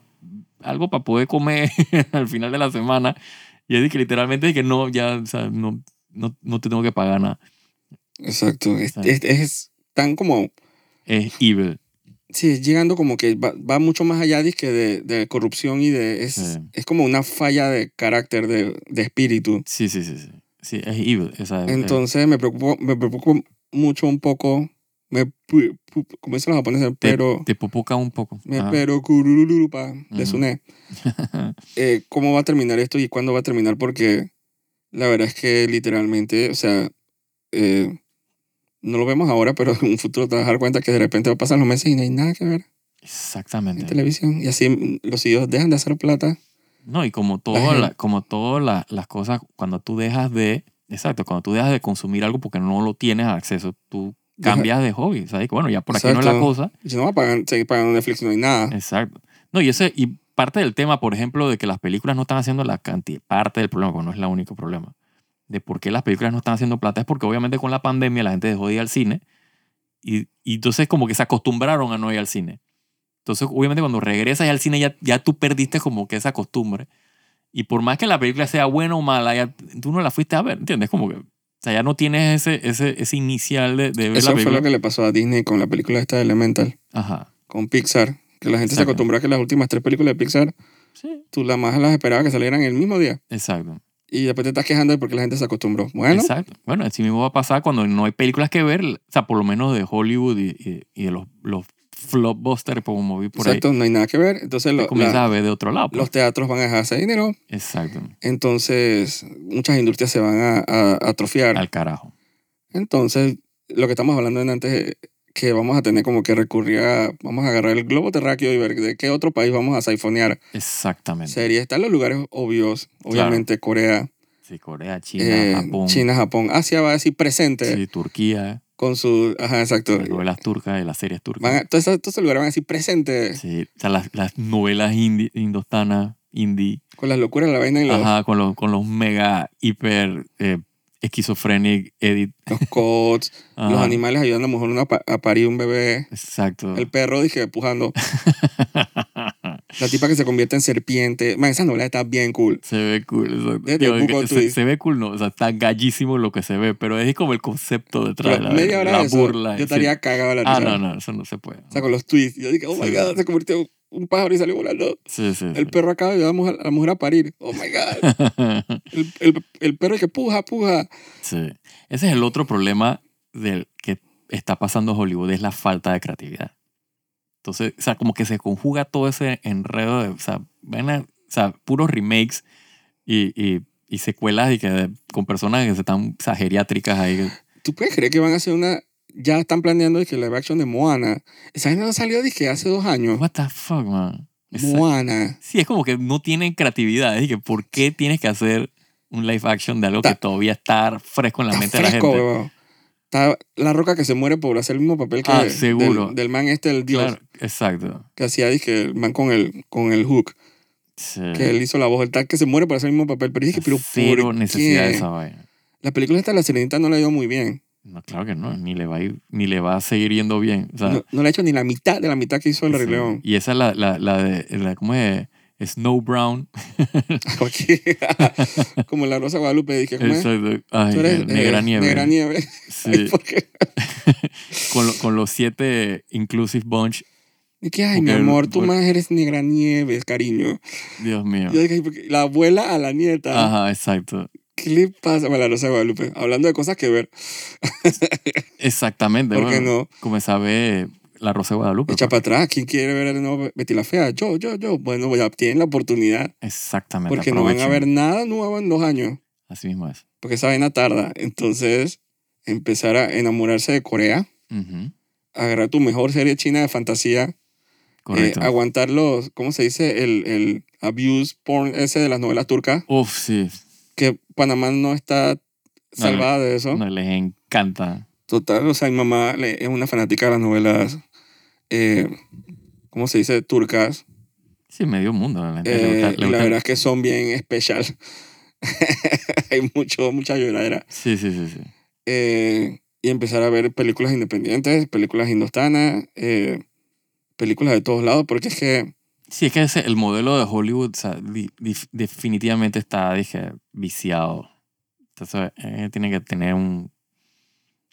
B: algo para poder comer al final de la semana. Y es de que literalmente de que no, ya, o sea, no, no, no te tengo que pagar nada.
A: Exacto. Es,
B: Exacto.
A: es- es tan como.
B: Es evil.
A: Sí, es llegando como que va, va mucho más allá dizque, de, de corrupción y de. Es,
B: Sí.
A: es como una falla de carácter, de, de espíritu.
B: Sí, sí, sí, sí. Sí, es evil. Esa es- es-
A: Entonces me preocupo, me preocupo mucho un poco. Me, pu- pu- como dicen los japoneses,
B: te,
A: pero.
B: te pupuca un poco.
A: Me
B: Ajá.
A: pero curururupa, le
B: Ujú.
A: suné. Eh, ¿Cómo va a terminar esto y cuándo va a terminar? Porque la verdad es que literalmente, o sea, eh, no lo vemos ahora, pero en un futuro te vas a dar cuenta que de repente va a pasar los meses y no hay nada que ver. en
B: Exactamente.
A: televisión. Y así mm, los CEOs dejan de hacer plata.
B: No, y como
A: La
B: todas
A: gen-
B: la- como todas la- las cosas, cuando tú dejas de, exacto, cuando tú dejas de consumir algo porque no lo tienes acceso, tú
A: Deja-
B: cambias de hobby. ¿Sabes? Bueno, ya por aquí no es la
A: Exacto.
B: cosa.
A: Si no va a pagar, seguir pagando Netflix, no hay nada.
B: Exacto. No, y ese, y parte del tema, por ejemplo, de que las películas no están haciendo la cantidad, parte del problema, porque no es el único problema, de por qué las películas no están haciendo plata, es porque obviamente con la pandemia la gente dejó de ir al cine y, y entonces como que se acostumbraron a no ir al cine. Entonces, obviamente cuando regresas al cine ya, ya tú perdiste como que esa costumbre. Y por más que la película sea buena o mala, ya tú no la fuiste a ver, ¿entiendes? Como que, o sea, ya no tienes ese, ese, ese inicial de, de ver la
A: Eso fue
B: película.
A: lo que le pasó a Disney con la película esta de Elemental,
B: Ajá.
A: con Pixar. Que la gente se
B: Exacto.
A: acostumbró a que las últimas tres películas de Pixar,
B: Sí.
A: tú las más las esperabas que salieran el mismo día.
B: Exacto.
A: Y después te estás quejando de porque la gente se acostumbró. Bueno,
B: Exacto. Bueno, así mismo va a pasar cuando no hay películas que ver, o sea, por lo menos de Hollywood y, y- y de los, los flopbusters, como vi por
A: exacto, no hay nada que ver. Entonces lo-
B: ahí, comienzas
A: la-
B: a ver de otro lado. pues.
A: los teatros van a dejarse dinero.
B: Exacto.
A: Entonces muchas industrias se van a, a- a atrofiar.
B: Al carajo.
A: Entonces, lo que estamos hablando en antes eh, que vamos a tener como que recurrir a, vamos a agarrar el globo terráqueo y ver de qué otro país vamos a saifonear.
B: Exactamente.
A: Sería, están los lugares obvios, obviamente Corea,
B: Sí, Corea, China,
A: eh,
B: Japón,
A: China, Japón, Asia va a decir presente
B: sí, Turquía,
A: con su, ajá, exacto.
B: las novelas turcas y las series turcas.
A: Van a- todos, esos, todos esos lugares van a decir presente
B: Sí, o sea, las, las novelas indi- indostanas, indie,
A: con las locuras de la vaina y los,
B: ajá, con los, con los mega, hiper, eh, schizophrenic edit.
A: los cots, los
B: ajá,
A: animales ayudando a la mujer una pa- a parir un bebé,
B: Exacto.
A: el perro, dije, pujando, la tipa que se convierte en serpiente. Man, esa novela está bien cool.
B: Se ve cool. o sea,
A: Desde
B: digo,
A: Eh, Book of
B: se,
A: Twist.
B: se ve cool, no. O sea, está gallísimo lo que se ve, pero es como el concepto detrás.
A: Pero
B: la,
A: media hora
B: la
A: de eso,
B: burla.
A: yo
B: sí.
A: estaría cagado de la
B: Ah,
A: risa.
B: no, no, eso no se puede.
A: O sea, con los tweets. Yo dije, oh my
B: Sí.
A: god, se convirtió un pájaro y salió volando.
B: Sí, sí,
A: El perro acaba de ayudar a la mujer- a la mujer a parir. Oh my god.
B: sí.
A: El, el, el perro que puja, puja.
B: Sí. Ese es el otro problema del que está pasando Hollywood, es la falta de creatividad. Entonces, o sea, como que se conjuga todo ese enredo de, o sea, vaina- o sea, puros remakes y, y- y secuelas y que de- con personas que se están o sea, geriátricas ahí.
A: ¿Tú puedes creer que van a hacer una... Ya están planeando de que la action de Moana. Esa gente no salió, dije, hace dos años.
B: What the fuck, man. Esa-
A: Moana.
B: sí, es como que no tienen creatividad. Es que, ¿por qué tienes que hacer un live action de algo que
A: Está-
B: todavía está fresco en la mente
A: Está
B: de la
A: fresco, oh,
B: gente?
A: weón. Está la roca que se muere por hacer el mismo papel que
B: Ah, seguro.
A: Del, del man este, el dios,
B: Claro, exacto.
A: que hacía, dije, el man con el, con el hook,
B: Sí.
A: que él hizo la voz, el tal que se muere por hacer el mismo papel. Pero dije, pero
B: Cero
A: ¿por
B: necesidad
A: qué?
B: de esa vaina.
A: La película esta de La Sirenita no la ha ido muy bien.
B: No, claro que no, ni le va a, ir- ni le va a seguir yendo bien. O sea,
A: No, no la ha hecho ni la mitad de la mitad que hizo El Rey
B: sí.
A: León.
B: Y esa es la, la, la de, la- ¿cómo es? Snow Brown.
A: Aquí, Como la Rosa de Guadalupe. Dije, ¿cómo es?
B: Esa de- ay,
A: Tú eres, eh,
B: Negra Nieve.
A: Negra Nieve.
B: Sí,
A: Porque-
B: con, lo- con los siete Inclusive Bunch.
A: Y que, ay, mi
B: Porque-
A: amor, tú
B: porque-
A: más eres Negra Nieve, cariño.
B: Dios mío.
A: Yo dije, porque la abuela a la nieta.
B: Ajá, exacto.
A: ¿Qué le pasa a la Rosa de Guadalupe? Hablando de cosas que ver.
B: Exactamente.
A: ¿Por qué
B: bueno,
A: no?
B: Como sabe la Rosa de Guadalupe.
A: Echa
B: pues.
A: para atrás. ¿Quién quiere ver el nuevo Betty la Fea? Yo, yo, yo. Bueno, ya tienen la oportunidad.
B: Exactamente.
A: Porque no van a
B: aprovechen.
A: ver nada nuevo en dos años.
B: Así mismo es.
A: Porque esa vaina tarda. Entonces, empezar a enamorarse de Corea.
B: Ujú,
A: Eh, Agarrar tu mejor serie china de fantasía. eh,
B: Correcto.
A: aguantar los, ¿cómo se dice? El, el abuse porn ese de las novelas turcas,
B: Uf, sí.
A: que Panamá no está salvada de eso.
B: No, les encanta.
A: Total, o sea, mi mamá le- es una fanática de las novelas, eh, ¿cómo se dice? Turcas.
B: Sí, medio mundo. La, gente le
A: eh,
B: gusta-
A: y
B: le
A: la
B: gusta-
A: verdad es que son bien especial. Hay mucho, mucha lloradera.
B: Sí, sí, sí, sí.
A: Eh, y empezar a ver películas independientes, películas indostanas, eh, películas de todos lados, porque es que
B: Sí, es que ese- el modelo de Hollywood o sea, di- dif- definitivamente está, dije, viciado. Entonces, eh, tiene que tener un...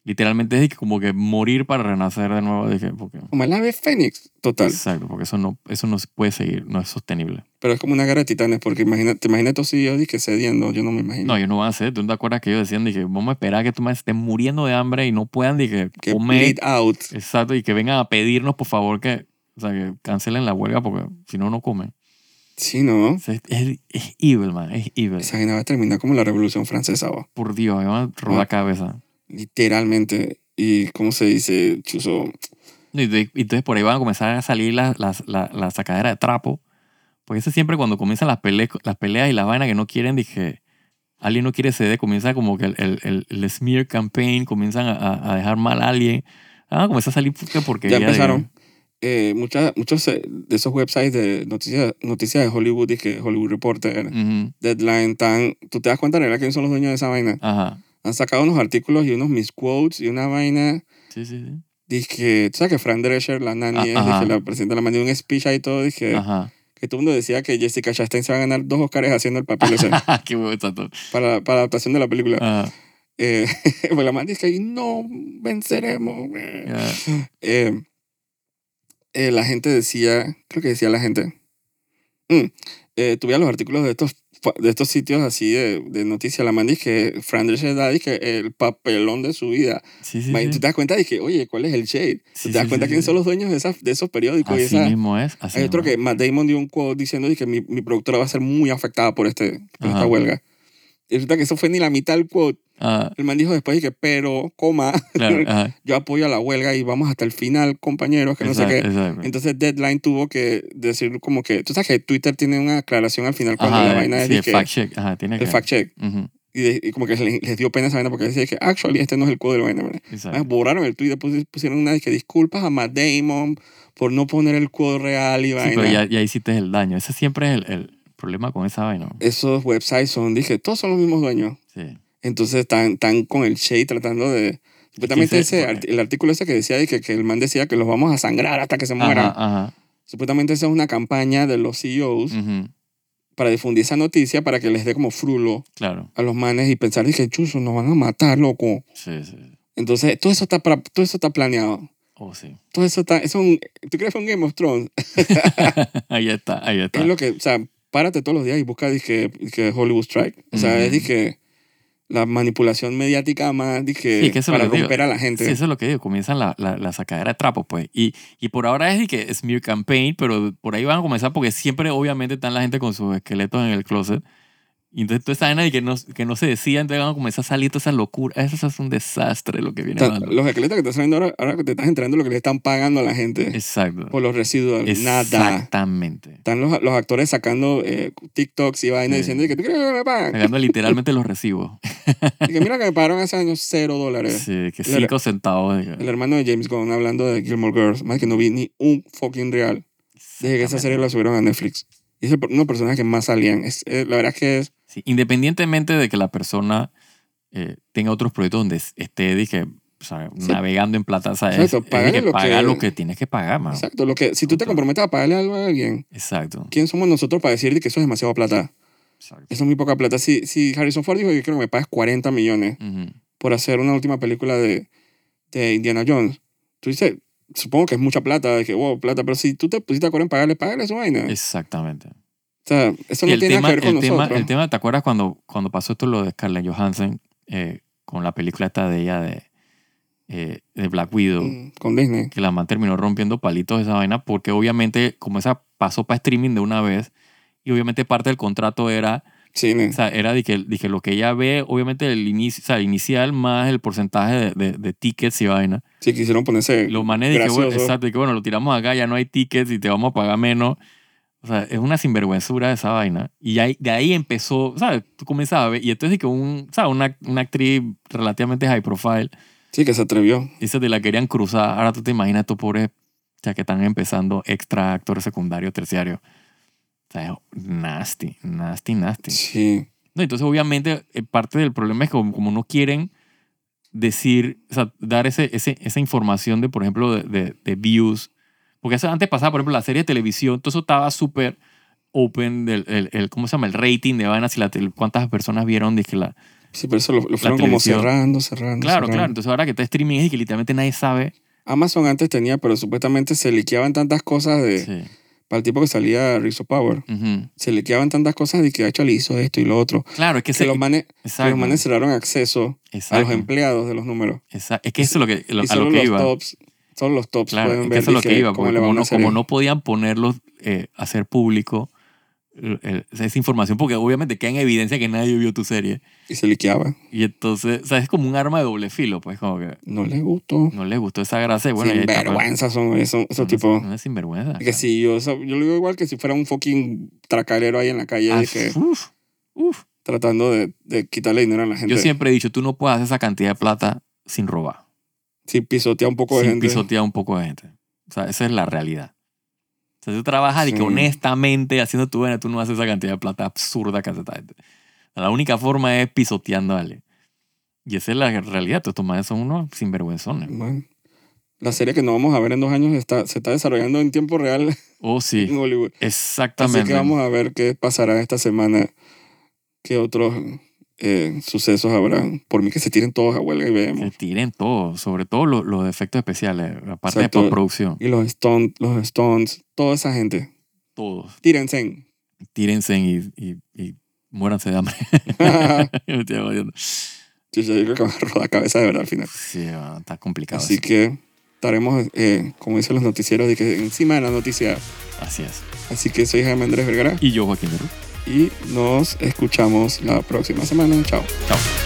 B: Literalmente es que como que morir para renacer de nuevo, dije, porque...
A: como el ave fénix, total.
B: Exacto, porque eso no, eso no se puede seguir, no es sostenible.
A: Pero es como una guerra de titanes, porque imagina, te imaginas estos CEOs que cediendo, yo no me imagino.
B: No, ellos no van a hacer. ¿Tú no te acuerdas que ellos decían, dije, vamos a esperar a que tú me estés muriendo de hambre y no puedan, dije,
A: que
B: comer?
A: bleed out.
B: Exacto, y que vengan a pedirnos, por favor, que, o sea, que cancelen la huelga porque si no, no comen.
A: Sí, ¿no?
B: O sea, es, es- es evil, man, es evil.
A: Esa vaina va a terminar como la Revolución Francesa, va.
B: Por Dios, me van a
A: Ah.
B: rodar cabeza.
A: Literalmente. Y, ¿cómo se dice, Chuzo?
B: Y, de- y entonces por ahí van a comenzar a salir las las- la, la sacadera de trapo. Porque eso siempre cuando comienzan las, pele- las peleas y las vainas que no quieren, dije, alguien no quiere ceder, comienza como que el, el, el- el smear campaign, comienzan a- a, a dejar mal a alguien. Ah, comenzó a salir porque
A: Ya empezaron. Eh, mucha- muchos eh, de esos websites de noticias noticias de Hollywood, y que Hollywood Reporter,
B: Mm.
A: Deadline, tan, tú te das cuenta de verdad quiénes son los dueños de esa vaina.
B: Ajá.
A: Han sacado unos artículos y unos misquotes y una vaina.
B: Sí, sí, sí.
A: Dije, tú sabes que Fran Drescher, la nani,
B: Ah,
A: es,
B: ajá.
A: dije, la presidenta, la mandó un speech ahí y todo, dije,
B: Ajá.
A: que todo el mundo decía que Jessica Chastain se va a ganar dos Oscars haciendo el papel ese
B: Ah, Qué bueno, exacto.
A: para, para la adaptación de la película.
B: Ajá.
A: Eh, pues la man dice que no venceremos. eh.
B: Ya.
A: Eh, eh, la gente decía, creo que decía la gente, mm, eh, tú veías los artículos de estos, fa- de estos sitios así de, de noticias, la man dice que Fran Drescher da dice que el papelón de su vida.
B: Sí, sí,
A: Man,
B: sí.
A: Tú te das cuenta, dije, oye, ¿cuál es el shade? tú
B: Sí,
A: te das
B: sí,
A: cuenta
B: sí,
A: quiénes
B: sí.
A: son los dueños de, esas, de esos periódicos. y
B: Así
A: esas-
B: mismo es. Así
A: Hay otro
B: mismo
A: que
B: es.
A: Matt Damon dio un quote diciendo de que mi, mi productora va a ser muy afectada por, este, por esta
B: Ajá.
A: huelga. Y resulta que eso fue ni la mitad del quote.
B: Ah,
A: El man dijo después de que, pero, coma,
B: claro. Ajá.
A: yo apoyo a la huelga y vamos hasta el final, compañeros, que no
B: Exacto,
A: sé qué.
B: exacto.
A: Entonces Deadline tuvo que decir como que, tú sabes que Twitter tiene una aclaración al final cuando
B: Ajá,
A: la vaina es
B: sí,
A: de
B: el
A: que-
B: fact check. Ajá, tiene que.
A: el fact check.
B: Ujú,
A: Y, de- y como que les, les dio pena esa vaina porque decía que, actually, este no es el quote de la vaina. ¿verdad? Ah,
B: Exacto.
A: borraron el tweet, después pusieron una de que disculpas a Matt Damon por no poner el quote real y
B: Sí, pero
A: vaina.
B: ya, ya hiciste el daño. Ese siempre es el, el problema con esa vaina.
A: esos websites son, dije, todos son los mismos dueños.
B: Sí.
A: Entonces están, están con el shade tratando de... Supuestamente
B: Dice-
A: ese, art- el artículo ese que decía de que, que el man decía que los vamos a sangrar hasta que se mueran.
B: Ajá, ajá.
A: Supuestamente esa es una campaña de los CEOs
B: ujú,
A: para difundir esa noticia para que les dé como frulo
B: Claro.
A: a los manes y pensar, dije, chuzo, nos van a matar, loco.
B: Sí, sí.
A: Entonces, todo eso está, pra- todo eso está planeado.
B: Oh, sí.
A: Todo eso está... Es un, ¿Tú crees que fue un Game of Thrones?
B: ahí está, ahí está.
A: Es lo que, o sea, párate todos los días y busca dizque, dizque Hollywood Strike. O sea,
B: Ujú.
A: es dizque, la manipulación mediática más dizque,
B: Sí, que eso es lo
A: para
B: que digo.
A: romper a la gente.
B: Sí, eso es lo que digo. Comienzan la, la, la sacadera de trapos, pues. Y, y por ahora es de que Smear Campaign, pero por ahí van a comenzar porque siempre, obviamente, están la gente con sus esqueletos en el closet. Y entonces toda esa vaina de que no, que no se decía, entonces van a comenzar a salir toda esa locura. Eso es un desastre lo que viene
A: O sea,
B: dando.
A: los esqueletos que te están saliendo ahora, ahora que te estás entrando lo que le están pagando a la gente
B: Exacto.
A: por los residuos, nada.
B: Exactamente.
A: Están los, los actores sacando eh, TikToks y vainas
B: Sí.
A: diciendo que tú crees que me pagan.
B: Pagando literalmente los recibos.
A: Y que mira que me pagaron hace años cero dólares.
B: Sí, que
A: La-
B: cinco centavos. diga.
A: El hermano de James Gunn hablando de Gilmore Girls, más que no vi ni un fucking real. Desde que esa serie la subieron a Netflix. Y es el- uno de los personajes que más salían. Es, eh, la verdad es que es
B: Sí, independientemente de que la persona eh, tenga otros proyectos donde es- esté dije, o sea,
A: Sí.
B: navegando en plata, o sea, es-
A: Exacto,
B: es de
A: págale
B: que
A: lo
B: paga
A: que-
B: lo que tienes que pagar, mano.
A: Exacto, lo que si tú te
B: Punto.
A: comprometes a pagarle algo a alguien,
B: Exacto.
A: ¿quién somos nosotros para decirte que eso es demasiado plata?
B: exacto.
A: Eso es muy poca plata. Si, si Harrison Ford dijo que creo que me pagas 40 millones
B: Ujú.
A: por hacer una última película de, de Indiana Jones, tú dices, supongo que es mucha plata, de que wow, plata, pero si tú te pusiste a acuerdo en pagarle, pagarle su vaina.
B: Exactamente.
A: O sea, eso no
B: el
A: tiene
B: tema,
A: nada que ver con
B: el tema,
A: nosotros.
B: el tema, ¿te acuerdas cuando, cuando pasó esto lo de Scarlett Johansson eh, con la película esta de ella de, eh, de Black Widow?
A: Mm, Con Disney.
B: Que la man terminó rompiendo palitos esa vaina porque obviamente como esa pasó para streaming de una vez y obviamente parte del contrato era,
A: Cine.
B: o sea, era de que, de que lo que ella ve, obviamente el inicio, o sea, el inicial más el porcentaje de, de- de tickets y vaina.
A: Si quisieron ponerse.
B: Los manes dije, bueno,
A: Gracioso.
B: exacto, de que bueno, lo tiramos acá, ya no hay tickets y te vamos a pagar menos. O sea, es una sinvergüenzura esa vaina. Y ahí- de ahí empezó, ¿sabes? Tú comenzabas a ver. Y entonces, de que un, ¿sabes? Una, una actriz relativamente high profile,
A: Sí, que se atrevió.
B: y se te la querían cruzar. Ahora tú te imaginas estos pobres, o sea, que están empezando extra actores secundarios, terciarios. O sea, es nasty, nasty, nasty.
A: Sí.
B: No, entonces obviamente eh, parte del problema es que como, como no quieren decir, o sea, dar ese, ese- esa información de, por ejemplo, de, de- de views. Porque eso antes pasaba, por ejemplo, la serie de televisión, todo eso estaba súper open, del, el, el- ¿cómo se llama? El rating de vainas y la tele- cuántas personas vieron. Dije, la,
A: Sí, pero eso lo, lo fueron como
B: televisión.
A: cerrando, cerrando.
B: claro,
A: cerrando.
B: claro. Entonces ahora que está streaming es que literalmente nadie sabe.
A: Amazon antes tenía, pero supuestamente se liqueaban tantas cosas de.
B: Sí.
A: Para el tipo que salía Rizzo Power.
B: Ujú.
A: Se liqueaban tantas cosas de que Achali hizo esto y lo otro.
B: Claro, es que,
A: Que
B: se,
A: los manes, que
B: exacto,
A: los manes cerraron acceso a los
B: exacto,
A: empleados de los números.
B: exacto. es que eso es lo que, lo-
A: y
B: a lo
A: solo
B: que
A: los
B: iba.
A: tops. Solo los tops
B: Claro,
A: pueden
B: es que
A: ver
B: eso es lo
A: dije,
B: que iba,
A: cómo
B: porque
A: le va
B: como
A: una
B: no,
A: serie.
B: como no podían ponerlos, eh, hacer público eh, eh, esa información, porque obviamente queda en evidencia que nadie vio tu serie.
A: Y se liqueaba.
B: Y entonces, o sea, es como un arma de doble filo, pues como que
A: No les gustó.
B: no les gustó esa gracia y bueno,
A: Sin
B: ahí está, pues,
A: vergüenza son esos,
B: no
A: esos
B: es-
A: tipos.
B: No es sinvergüenza.
A: Que sí, yo, eso- yo lo digo igual que si fuera un fucking tracalero ahí en la calle
B: Ah,
A: de que,
B: uf, uf.
A: tratando de, de quitarle dinero a la gente.
B: Yo siempre he dicho, tú no puedes hacer esa cantidad de plata sin robar,
A: Sí, pisotea un poco de
B: sin
A: gente.
B: pisotear un poco de gente. O sea, esa es la realidad. O sea, tú trabajas y
A: Sí.
B: que honestamente haciendo tu vaina, tú no haces esa cantidad de plata absurda que hace esta gente. La única forma es pisoteando a alguien. Y esa es la realidad. Todos Estos manes son unos sinvergüenzones.
A: Bueno, la serie que no vamos a ver en dos años está, se está desarrollando en tiempo real
B: Oh,
A: en
B: sí.
A: Hollywood. Así
B: Exactamente.
A: que vamos a ver qué pasará esta semana, qué otros eh, sucesos habrá. Por mí que se tiren todos a huelga y
B: Que
A: vemos.
B: tiren todo, sobre todo lo- los, efectos especiales, la parte
A: Exacto.
B: de postproducción.
A: Y los Stones, los Stones, toda esa gente.
B: Todos.
A: Tírense.
B: Tírense y, y, y muéranse de hambre. Me estoy jodiendo.
A: Yo ya digo que me rodar la cabeza de verdad al final.
B: Sí, mano, está complicado.
A: Así
B: eso.
A: que estaremos, eh, como dicen los noticieros, de que encima de la noticia.
B: Así es.
A: Así que soy Jaime Andrés Vergara
B: Y yo, Joaquín de Roo.
A: y nos escuchamos la próxima semana. Chao.
B: Chao.